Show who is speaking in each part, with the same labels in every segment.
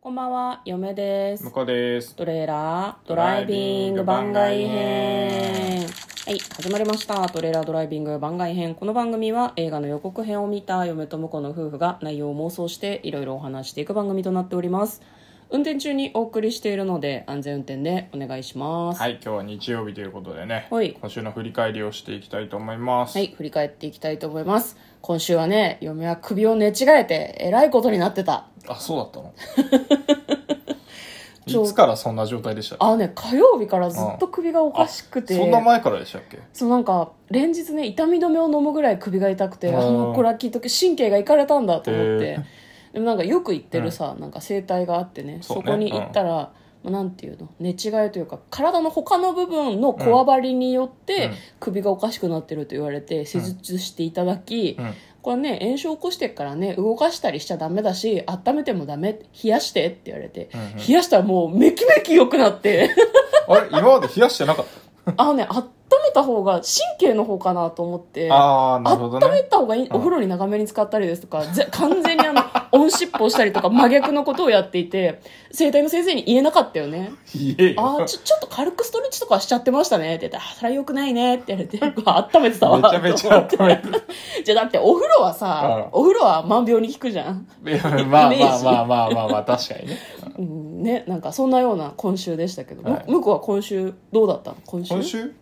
Speaker 1: こんばんは、嫁です
Speaker 2: 向。こうです。
Speaker 1: トレーラードライビング番外編。はい、始まりました。トレーラードライビング番外編。この番組は映画の予告編を見た嫁と婿の夫婦が内容を妄想していろいろお話していく番組となっております。運転中にお送りしているので安全運転でお願いします。
Speaker 2: はい、今日は日曜日ということでね、
Speaker 1: はい
Speaker 2: 今週の振り返りをしていきたいと思います。
Speaker 1: はい、振り返っていきたいと思います。今週はね、嫁は首を寝違えて、えらいことになってた。
Speaker 2: あ、そうだった の
Speaker 1: ちょ
Speaker 2: いつからそんな状態でしたっ
Speaker 1: あのね、火曜日からずっと首がおかしく
Speaker 2: け
Speaker 1: て。
Speaker 2: そんな前からでしたっけ
Speaker 1: そうなんか連日ね痛み止めを飲むぐらい首が痛くて
Speaker 2: うん
Speaker 1: あのこれはきっと神経がいかれたんだと思っ
Speaker 2: へ
Speaker 1: てでもなんかよく行ってるさ、なんか整体があってねそ
Speaker 2: そうね
Speaker 1: こに行ったら、まあなんていうの寝違いというか体の他の部分のこわばりによって、
Speaker 2: うん
Speaker 1: 首がおかしくなってると言われて施術していただき、
Speaker 2: うん。
Speaker 1: これね炎症起こしてっからね動かしたりしちゃダメだし温めてもダメ冷やしてって言われて、
Speaker 2: うんうん
Speaker 1: 冷やしたらもうめきめき良くな って。
Speaker 2: あれ今まで冷やしてなかっ
Speaker 1: あのね、温めた方が神経の方かなと思って。
Speaker 2: た。あー、なるほど
Speaker 1: 温め
Speaker 2: ね。
Speaker 1: た方がいい、
Speaker 2: ん
Speaker 1: お風呂に長めに使ったりですとか、ぜ完全にあの、 音シップをしたりとか、真逆のことをやっていて、整体の先生に言えなかったよね。
Speaker 2: いえよ。
Speaker 1: ああ、ちょ、ちょっと軽くストレッチとかしちゃってましたねって言って、あー、それは良くないねって言われて、うわ温めてたわ。
Speaker 2: めちゃめちゃ温めて
Speaker 1: て。じゃあだってお風呂はさ、
Speaker 2: う
Speaker 1: お風呂は万病に効くじゃん。
Speaker 2: いやまあ
Speaker 1: イメー
Speaker 2: まあ
Speaker 1: ジ
Speaker 2: まあまあまあまあ、確かにね。
Speaker 1: うん、ね、なんかそんなような今週でしたけど、む
Speaker 2: はい
Speaker 1: 向こうは今週どうだったの今週
Speaker 2: 今週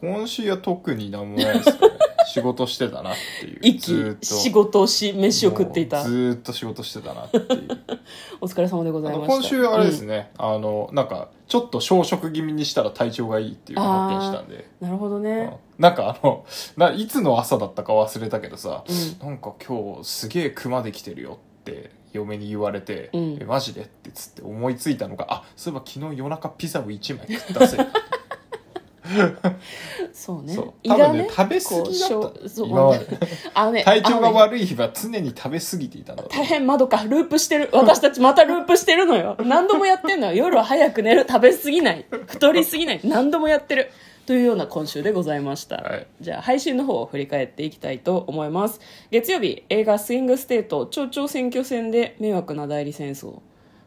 Speaker 2: 今週は特になんもないですけどね。仕事してたなっていう。
Speaker 1: 息、仕事をし、飯を食っていた
Speaker 2: もう。ずーっと仕事してたなっていう。
Speaker 1: お疲れ様でござ
Speaker 2: あ
Speaker 1: い
Speaker 2: の
Speaker 1: ました。
Speaker 2: 今週あれですね、あのなんかちょっと消食気味にしたら体調がいいっていうのを発見したんで、
Speaker 1: うん、なるほど
Speaker 2: うん
Speaker 1: ね。
Speaker 2: なんかあのないつの朝だったか忘れたけどさ、
Speaker 1: うん
Speaker 2: なんか今日すげえ熊できてるよって嫁に言われて、
Speaker 1: うん
Speaker 2: えマジでってつって思いついたのがあそういえば昨日夜中ピザを1枚食ったぜ、
Speaker 1: そう ね。
Speaker 2: そう
Speaker 1: 胃
Speaker 2: 多分
Speaker 1: が
Speaker 2: ね
Speaker 1: ね、
Speaker 2: 食べ過ぎだ
Speaker 1: こ
Speaker 2: っ
Speaker 1: うしょ
Speaker 2: た
Speaker 1: そう
Speaker 2: 今まで
Speaker 1: あのね、
Speaker 2: 体調が
Speaker 1: あのね
Speaker 2: 悪い日は常に食べ過ぎていたんだろう
Speaker 1: 大変窓か、ループしてる。私たちまたループしてるのよ。何度もやってんのよ。夜は早く寝る。食べ過ぎない。太り過ぎない。何度もやってる。というような今週でございました。
Speaker 2: はい
Speaker 1: じゃあ配信の方を振り返っていきたいと思います。月曜日、映画スイングステート、町長選挙戦で迷惑な代理戦争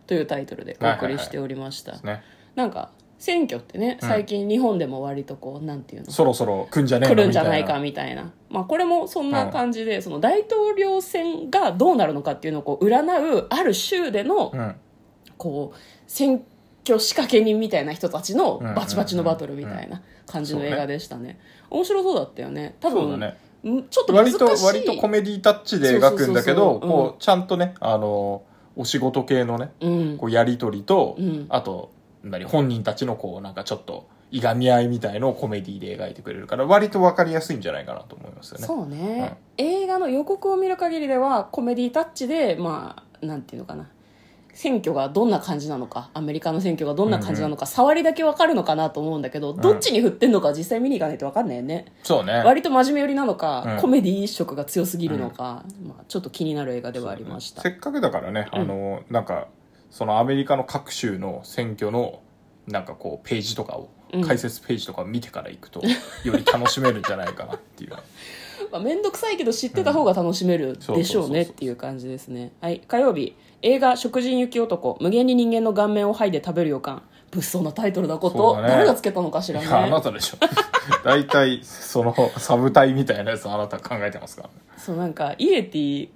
Speaker 1: というタイトルでお送りしておりました。
Speaker 2: ですね
Speaker 1: なんか選挙ってね
Speaker 2: うん
Speaker 1: 最近日本でも割とこう、なんていうの
Speaker 2: そろそろ来んじゃね
Speaker 1: 来
Speaker 2: えの
Speaker 1: るん
Speaker 2: み
Speaker 1: じ
Speaker 2: た
Speaker 1: ゃ
Speaker 2: いな
Speaker 1: ないかみたいな、まあ、これもそんな感じで、その大統領選がどうなるのかっていうのをこう占うある州での、
Speaker 2: うん
Speaker 1: こう選挙仕掛け人みたいな人たちの
Speaker 2: うん
Speaker 1: バチバチのバトルみたいな感じの映画でしたね,、面白そうだったよね多
Speaker 2: そう
Speaker 1: 分
Speaker 2: だね
Speaker 1: んちょっと難
Speaker 2: 割
Speaker 1: しい
Speaker 2: と割とコメディタッチで描く
Speaker 1: そう
Speaker 2: んだけ
Speaker 1: そうそう
Speaker 2: ど
Speaker 1: そううん
Speaker 2: こうちゃんとねあのお仕事系のね
Speaker 1: うん
Speaker 2: こうやり取りと、
Speaker 1: うん
Speaker 2: あと何本人たちのこうなんかちょっといがみ合いみたいのをコメディで描いてくれるから割と分かりやすいんじゃないかなと思いますよね。
Speaker 1: そうね、映画の予告を見る限りではコメディタッチでまあなんていうのかな選挙がどんな感じなのかアメリカの選挙がどんな感じなのか、触りだけわかるのかなと思うんだけど、
Speaker 2: ん
Speaker 1: どっちに振ってんのか実際見に行かないとわかんないよね、
Speaker 2: そうね
Speaker 1: 割と真面目寄りなのか、
Speaker 2: うん
Speaker 1: コメディ色が強すぎるのか、まあ、ちょっと気になる映画ではありました、
Speaker 2: せっかくだからね、
Speaker 1: うん
Speaker 2: あのなんかそのアメリカの各州の選挙のなんかこうページとかを、
Speaker 1: うん
Speaker 2: 解説ページとかを見てから行くとより楽しめるんじゃないかなっていう。
Speaker 1: まあ、めんどくさいけど知ってた方が楽しめるでしょうねっ
Speaker 2: うんそうそうそうそう
Speaker 1: ていう感じですね。はい。火曜日、映画、食人雪男、無限に人間の顔面を剥いで食べる予感。物騒なタイトルだこ
Speaker 2: そ
Speaker 1: と。
Speaker 2: うだね
Speaker 1: 誰がつけたのかしら
Speaker 2: いやあな
Speaker 1: ね。
Speaker 2: たでしょ 大体そのサブ隊みたいなやつあなた考えてますからね
Speaker 1: そう、なんか、イエティ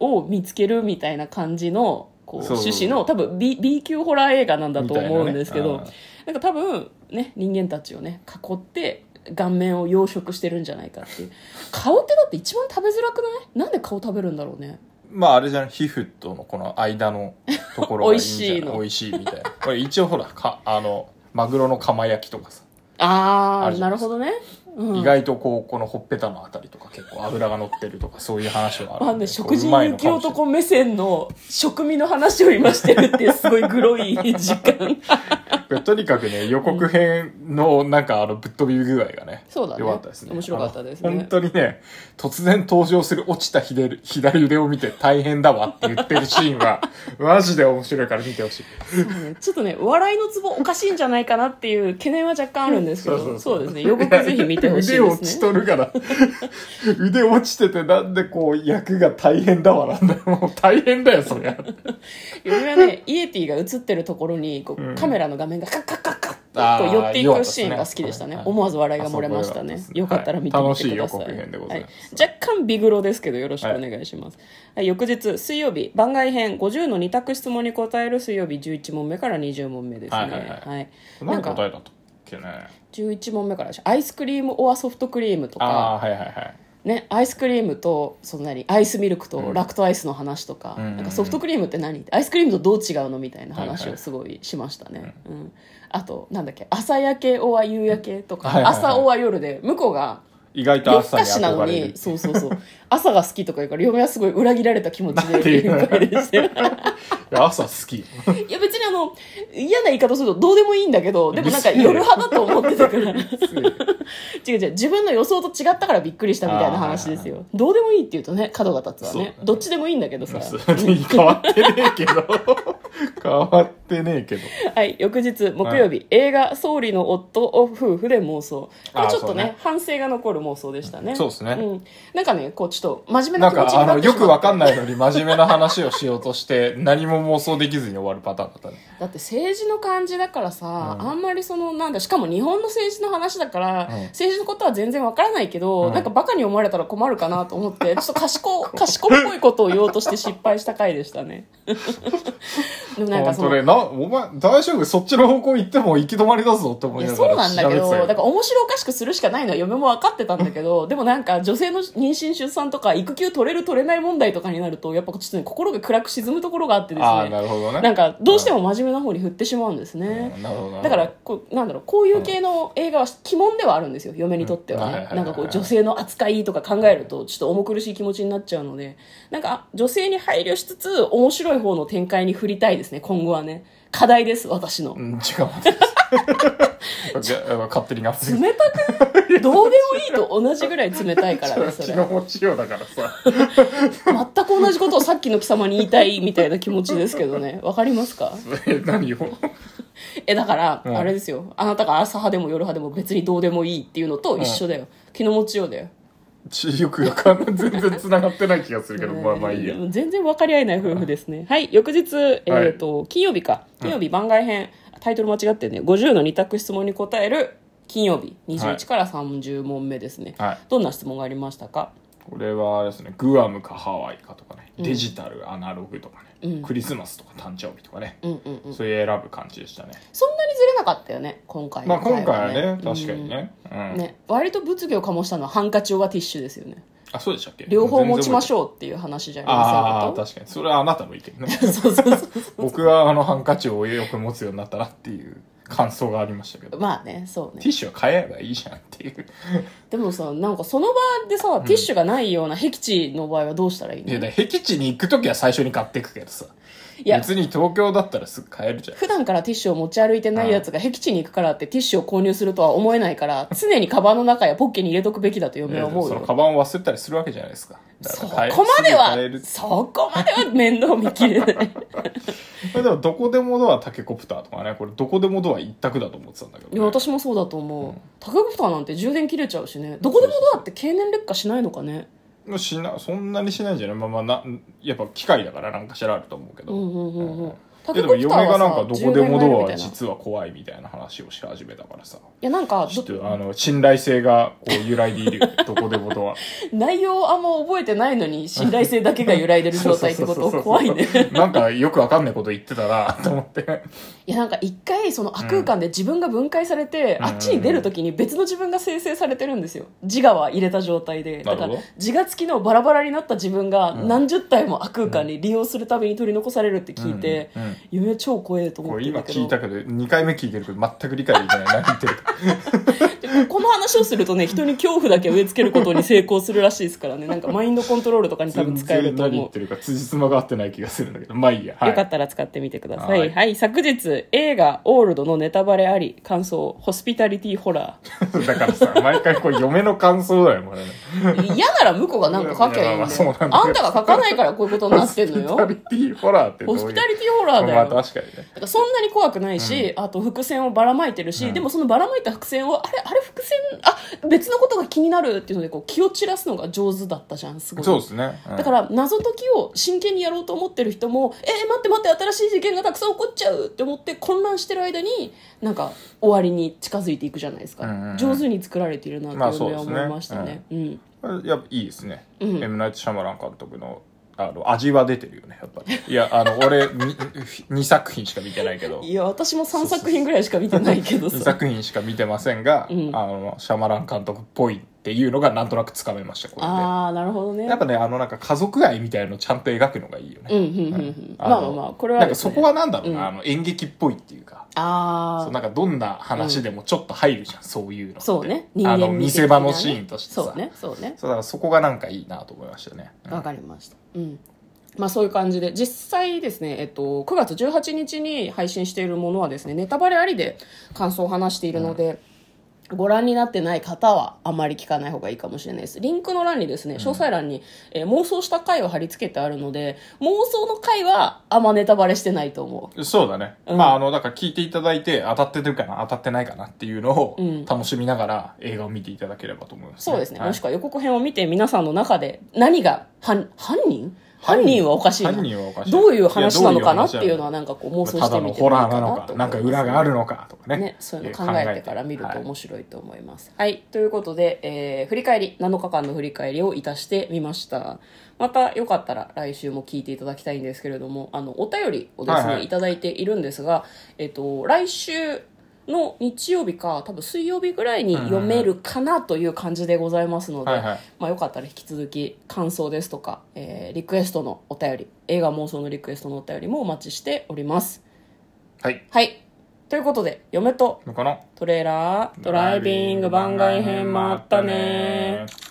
Speaker 1: を見つけるみたいな感じの、こう、
Speaker 2: そう
Speaker 1: 趣旨の、多分 B, B 級ホラー映画なんだと思うんですけど、
Speaker 2: みたいなね
Speaker 1: なんか多分、ね、人間たちをね、囲って、顔面を養殖してるんじゃないかっていう。顔ってだって一番食べづらくないなんで顔食べるんだろうね。
Speaker 2: まああれじゃない皮膚とのこの間のところがいいんじゃ
Speaker 1: 美味しいの
Speaker 2: ない美味しいみたいなこれ一応ほらかあのマグロの釜焼きとかさ、
Speaker 1: あ
Speaker 2: あ
Speaker 1: ー、
Speaker 2: るじ
Speaker 1: な
Speaker 2: ゃな
Speaker 1: る
Speaker 2: いです
Speaker 1: ほ
Speaker 2: か
Speaker 1: どね。うん
Speaker 2: 意外とこうこのほっぺたのあたりとか結構脂が乗ってるとかそういう話はあ
Speaker 1: まあ
Speaker 2: るん
Speaker 1: ね、
Speaker 2: で
Speaker 1: 食
Speaker 2: こ
Speaker 1: 人
Speaker 2: れうまいの
Speaker 1: 雪
Speaker 2: かもしれない
Speaker 1: 男目線の食味の話を今してるっていうすごいグロい時間。
Speaker 2: これとにかくね、予告編のなんかあのぶっ飛び具合がね、
Speaker 1: そうだね
Speaker 2: よかったですね。
Speaker 1: 面白かったですね
Speaker 2: あの本当にね、突然登場する落ちた左左腕を見て大変だわって言ってるシー ンは、マジで面白いから見てほしい。
Speaker 1: ちょっとね、笑いのツボおかしいんじゃないかなっていう懸念は若干あるんですけど、そうですね、予告ぜひ見てほしい
Speaker 2: 腕落
Speaker 1: で
Speaker 2: ち
Speaker 1: すね。
Speaker 2: とるから、 腕落ちててなんでこう役が大変だわなんだよ。もう大変だよ、そりゃ。
Speaker 1: 嫁はね、イエティが映ってるところにこう、
Speaker 2: うん
Speaker 1: カメラの画面がカッカッカッカッ
Speaker 2: あ
Speaker 1: と
Speaker 2: ー
Speaker 1: 寄っていくシーンが好きでしたね。
Speaker 2: 良かったですねはい
Speaker 1: 思わず笑いが漏れました
Speaker 2: あ
Speaker 1: ね
Speaker 2: そ。こ良
Speaker 1: よ
Speaker 2: か
Speaker 1: か
Speaker 2: っ
Speaker 1: ったた
Speaker 2: で
Speaker 1: ら
Speaker 2: すね
Speaker 1: 見てみてください。
Speaker 2: はい楽しい予告編でございます
Speaker 1: はい若干ビグロですけど、よろしくお願いします。はい翌日、水曜日、番外編50の2択質問に答える水曜日11問目から20問目ですね。
Speaker 2: はいはいはい
Speaker 1: はいな
Speaker 2: 何
Speaker 1: んか
Speaker 2: 答えだったっけね。
Speaker 1: 11問目からでしょアイスクリームオアソフトクリームとか
Speaker 2: ああー、はいはいはい。
Speaker 1: ね、アイスクリームとその何アイスミルクとラクトアイスの話とか,、
Speaker 2: うんうんうん
Speaker 1: なんかソフトクリームって何アイスクリームとどう違うのみたいな話をすごいしましたね、うん、あとなんだっけ朝焼けおは夕焼けとか、
Speaker 2: はいはいはい
Speaker 1: 朝おは夜で向こうが
Speaker 2: 意外と
Speaker 1: 夜更
Speaker 2: 朝に
Speaker 1: かしな
Speaker 2: 憧
Speaker 1: の
Speaker 2: れる
Speaker 1: に。そうそうそう朝が好きとか言うから嫁はすごい裏切られた気持ち
Speaker 2: なん
Speaker 1: で
Speaker 2: ていうの
Speaker 1: いっぱいでして
Speaker 2: いや朝好き。
Speaker 1: いや別にあの嫌な言い方するとどうでもいいんだけどでもなんか
Speaker 2: うるせえ
Speaker 1: 夜派だと思ってたから。違う違う自分の予想と違ったからびっくりしたみたいな話ですよどうでもいいって言うとね角が立つわ
Speaker 2: そうだ
Speaker 1: ね
Speaker 2: ね
Speaker 1: どっちでもいいんだけどさ
Speaker 2: 変わってねえけど。変わってねえけど。
Speaker 1: はい翌日木曜日、映画「総理の夫を夫婦で妄想」こ
Speaker 2: あ
Speaker 1: れ
Speaker 2: ー
Speaker 1: ちょっと
Speaker 2: そう
Speaker 1: ね
Speaker 2: ね
Speaker 1: 反省が残る妄想でしたね
Speaker 2: そうですね
Speaker 1: ん、なんかねこうちょっと真面目
Speaker 2: な
Speaker 1: なん気持ち
Speaker 2: か、あ
Speaker 1: にな
Speaker 2: の、
Speaker 1: ってしま
Speaker 2: よ
Speaker 1: って
Speaker 2: くわかんないのに真面目な話をしようとして、何も妄想できずに終わるパターンだったね。
Speaker 1: だって政治の感じだからさ、
Speaker 2: うん
Speaker 1: あんまりそのなんだしかも日本の政治の話だから、
Speaker 2: うん
Speaker 1: 政治のことは全然わからないけど、
Speaker 2: うん
Speaker 1: なんかバカに思われたら困るかなと思 ってちょっと賢賢っぽいことを言おうとして失敗した回でした ねでもなんか
Speaker 2: 本
Speaker 1: そ
Speaker 2: 当
Speaker 1: の
Speaker 2: ね、な、お前、大丈夫そっちの方向行っても行き止まりだぞって思
Speaker 1: い
Speaker 2: い
Speaker 1: や
Speaker 2: な
Speaker 1: そ
Speaker 2: が
Speaker 1: う
Speaker 2: ら
Speaker 1: なんだけど
Speaker 2: 調べ
Speaker 1: だ
Speaker 2: て
Speaker 1: か
Speaker 2: た
Speaker 1: ら面白おかしくするしかないのは嫁も分かってたんだけどでもなんか女性の妊娠出産とか育休取れる取れない問題とかになるとやっぱちょっと、ね、心が暗く沈むところがあってです
Speaker 2: ああ、
Speaker 1: ね
Speaker 2: なるほどね。
Speaker 1: なんかどうしても真面目な方に振ってしまうんですね、
Speaker 2: うんなるほどな
Speaker 1: だからこうなんだろうこういう系の映画は鬼門ではあるんですよ嫁にとっては
Speaker 2: うんはいはい
Speaker 1: ね
Speaker 2: はいは
Speaker 1: ないんかこう女性の扱いとか考えるとちょっと重苦しい気持ちになっちゃうのでなんか女性に配慮しつつ面白い方の展開に振りたいですね今後はね課題です私の
Speaker 2: うん、違う。じゃあ勝手にガッツリ。
Speaker 1: 冷たくないどうでもいいと同じぐらい冷たいから ねそ
Speaker 2: 気
Speaker 1: れ
Speaker 2: の持ちようだからさ。
Speaker 1: 全く同じことをさっきの貴様に言いたいみたいな気持ちですけどねわかりますか
Speaker 2: え、何を
Speaker 1: えだから、
Speaker 2: うん
Speaker 1: あれですよあなたが朝派でも夜派でも別にどうでもいいっていうのと一緒だよ、気の持ちようだよ
Speaker 2: ちよくわかんない。全然繋がってない気がするけど、まあまあいいや。
Speaker 1: うん全然分かり合えない夫婦ですね。はい、翌日、えっ、
Speaker 2: はい
Speaker 1: と、金曜日か。金曜日番外編。タイトル間違ってるね。50の2択質問に答える金曜日。21から30問目ですね。
Speaker 2: はい
Speaker 1: どんな質問がありましたか
Speaker 2: これはあれですねグアムかハワイかとかねデジタルアナログとかね、クリスマスとか誕生日とかね、
Speaker 1: うんうんうん。
Speaker 2: そういう選ぶ感じでしたね、
Speaker 1: そんなにずれなかったよね、今回
Speaker 2: ま
Speaker 1: の
Speaker 2: あ今回は
Speaker 1: 回
Speaker 2: ね確かにね,、うん
Speaker 1: うんね、割と物議を醸したのはハンカチオはティッシュですよね。
Speaker 2: あそうでしたっけ
Speaker 1: 両方持ちまし
Speaker 2: う
Speaker 1: ょうっていう話じゃあ
Speaker 2: あ
Speaker 1: りま
Speaker 2: あ確かにそれはあなたの意見ね
Speaker 1: せんかと。 そうそうそう。
Speaker 2: 僕はあのハンカチをよく持つようになったなっていう感想がありましたけど、
Speaker 1: まあね、そうね
Speaker 2: ティ。ッシュは買えばいいじゃんっていう
Speaker 1: でもさ、なんかその場でさ、ティッシュがないような僻地の場合はどうしたらいいの
Speaker 2: いやだから僻地に行く時は最初に買っていくけどさ
Speaker 1: いや
Speaker 2: 別に東京だったらすぐ買えるじゃん
Speaker 1: 普段からティッシュを持ち歩いてないやつが僻地に行くからってティッシュを購入するとは思えない から常にカバンの中やポッケに入れとくべきだと嫁は思う
Speaker 2: その
Speaker 1: よ
Speaker 2: カバンを忘れたりするわけじゃないですかだか
Speaker 1: そ
Speaker 2: ら
Speaker 1: こ
Speaker 2: 買え
Speaker 1: ますで
Speaker 2: ぐ買える
Speaker 1: はそこまでは面倒見きれ ない
Speaker 2: まあでも、どこでもドアタケコプターとかね、これ、どこでもドア一択だと思ってたんだけど、
Speaker 1: い
Speaker 2: ね。
Speaker 1: や私もそうだと思う、タケコプターなんて充電切れちゃうしねどこでもドアって経年劣化しないのかね
Speaker 2: もうしな、そんなにしないんじゃないまあまあな、やっぱ機械だからなんかしらあると思うけど。
Speaker 1: うんうんうんうんタ
Speaker 2: で
Speaker 1: ケ
Speaker 2: で
Speaker 1: コプ
Speaker 2: も
Speaker 1: ター
Speaker 2: 嫁がなんか
Speaker 1: は
Speaker 2: ど
Speaker 1: さ
Speaker 2: こ
Speaker 1: 充
Speaker 2: で
Speaker 1: 電
Speaker 2: も
Speaker 1: がいる
Speaker 2: ド
Speaker 1: みた
Speaker 2: アはい
Speaker 1: ない
Speaker 2: 実は怖いみたいな話をし始めたからさ。
Speaker 1: やなんか
Speaker 2: ちょ
Speaker 1: ど
Speaker 2: っとあの、信頼性がこう揺らいでいるよ。どこで もドア。
Speaker 1: 内容あんま覚えてないのに信頼性だけが揺らいでる状態ってこ
Speaker 2: そうそうそう そ
Speaker 1: と
Speaker 2: う
Speaker 1: 怖いね。
Speaker 2: なんかよくわかんないこと言ってたな、 と思って。
Speaker 1: いやなんか一回その悪空間で自分が分解されて、
Speaker 2: うん
Speaker 1: あっちに出るときに別の自分が生成されてるんですよ自我は入れた状態でだ
Speaker 2: なるほ
Speaker 1: か
Speaker 2: ど
Speaker 1: ら自我付きのバラバラになった自分が何十体も悪空間に利用するたびに取り残されるって聞いて、
Speaker 2: うんうん
Speaker 1: 夢超怖えと思
Speaker 2: こ
Speaker 1: っ
Speaker 2: れ
Speaker 1: てん
Speaker 2: 今
Speaker 1: だけ
Speaker 2: 聞
Speaker 1: ど
Speaker 2: いたけど、2回目聞いてるけど全く理解できない。何言ってるか。
Speaker 1: でこの話をするとね人に恐怖だけ植え付けることに成功するらしいですからねなんかマインドコントロールとかに多分使えると
Speaker 2: 何言
Speaker 1: 思
Speaker 2: っ
Speaker 1: う
Speaker 2: てるか、辻褄が合ってない気がするんだけど。まあいいや。は
Speaker 1: よか
Speaker 2: い。
Speaker 1: ったら使ってみてください。
Speaker 2: は
Speaker 1: はいい、昨日、映画、オールドのネタバレあり、感想、ホスピタリティホラ
Speaker 2: だからさ、毎回これ嫁の感想だよ、これね。
Speaker 1: ー。嫌なら向こうがなんか書けばいいん
Speaker 2: いや まあ
Speaker 1: だ
Speaker 2: そうなん
Speaker 1: よ
Speaker 2: だ。けど
Speaker 1: あんたが書かないからこういうことになってんの
Speaker 2: ホスピタ
Speaker 1: よ。
Speaker 2: リティホラーってどう
Speaker 1: ホ
Speaker 2: いう
Speaker 1: スピタリティホラーだ
Speaker 2: まあ
Speaker 1: よ。
Speaker 2: 確かにね。
Speaker 1: だからそんなに怖くないし、あと伏線をばらまいてるし、
Speaker 2: うん
Speaker 1: でもそのばらまいた伏線をあれあれ伏線あ別のことが気になるっていうのでこう気を散らすのが上手だったじゃんすごい
Speaker 2: そうですね。うん
Speaker 1: だから謎解きを真剣にやろうと思ってる人もえー、待って待って新しい事件がたくさん起こっちゃうって思って混乱してる間になんか終わりに近づいていくじゃないですか、
Speaker 2: うんうんうん
Speaker 1: 上手に作られているな
Speaker 2: まあ
Speaker 1: っていうのは
Speaker 2: そ
Speaker 1: 思
Speaker 2: うですね
Speaker 1: いましたね,、うん
Speaker 2: いやいいですね、
Speaker 1: う
Speaker 2: M.
Speaker 1: ん
Speaker 2: Night ナイト・シャマラン監督のあの味は出てるよねやっぱりいや あの俺 2, 作品しか見てないけど
Speaker 1: いや私も3作品ぐらいしか見てないけど
Speaker 2: 2
Speaker 1: さ
Speaker 2: 作品しか見てませんが、
Speaker 1: うん
Speaker 2: あのシャマラン監督っぽいっていうのがなんとなくつかめましたこれで
Speaker 1: ああなるほどね
Speaker 2: やっぱねあのなんか家族愛みたいのちゃんと描くのがいいよ
Speaker 1: うん
Speaker 2: ね、
Speaker 1: うんうんうん
Speaker 2: あ
Speaker 1: まあ
Speaker 2: の
Speaker 1: まあまあこれは
Speaker 2: なんか
Speaker 1: です
Speaker 2: そ
Speaker 1: ね
Speaker 2: こはなんだろうな、
Speaker 1: うん
Speaker 2: あの演劇っぽいっていうか
Speaker 1: あ
Speaker 2: そう
Speaker 1: あ
Speaker 2: なんかどんな話でもちょっと入るじゃん、そういうのって
Speaker 1: そうね
Speaker 2: あの
Speaker 1: 人間
Speaker 2: 見
Speaker 1: 味的なね
Speaker 2: せ場のシーンとしてさ
Speaker 1: そうねそうね
Speaker 2: そうだからそこがなんかいいなと思いましたね、うん
Speaker 1: わかりました。うん。まあそういう感じで、実際ですね、えっと、9月18日に配信しているものはですね、ネタバレありで感想を話しているので、ご覧になってない方はあまり聞かない方がいいかもしれないです。リンクの欄にですね、詳細欄に、えー妄想した回を貼り付けてあるので、妄想の回はあんまネタバレしてないと思う。
Speaker 2: そうだね。
Speaker 1: うん
Speaker 2: まあ、あの、だから聞いていただいて、当たってるかな、当たってないかなっていうのを
Speaker 1: うん
Speaker 2: 楽しみながら映画を見ていただければと思います、
Speaker 1: そうですね。
Speaker 2: はい
Speaker 1: もしくは予告編を見て皆さんの中で何が犯、犯人犯人はおかしいな。
Speaker 2: 犯人はおかしい。
Speaker 1: どういう話なのかなっていうのは
Speaker 2: ね、
Speaker 1: なんかこう妄想
Speaker 2: た
Speaker 1: して
Speaker 2: だ
Speaker 1: み
Speaker 2: の
Speaker 1: ても
Speaker 2: ホ
Speaker 1: いい
Speaker 2: ラー
Speaker 1: か
Speaker 2: な
Speaker 1: な
Speaker 2: の
Speaker 1: と
Speaker 2: か、
Speaker 1: 思
Speaker 2: なんか裏があるのかとかね。
Speaker 1: ね、そういうの考えてから見ると
Speaker 2: はい
Speaker 1: 面白いと思います。はい、ということで、えー振り返り、7日間の振り返りをいたしてみました。またよかったら来週も聞いていただきたいんですけれども、あの、お便りをですね、
Speaker 2: はい
Speaker 1: い
Speaker 2: はい
Speaker 1: ただいているんですが、えっ、と、来週、の日曜日か多分水曜日ぐらいに読めるかなという感じでございますので、
Speaker 2: はいはい
Speaker 1: まあ、よかったら引き続き感想ですとか、えーリクエストのお便り映画妄想のリクエストのお便りもお待ちしております。
Speaker 2: はい。
Speaker 1: はい。ということで、嫁と
Speaker 2: のかな
Speaker 1: トレーラー、ドライビング番外編もあったね
Speaker 2: ー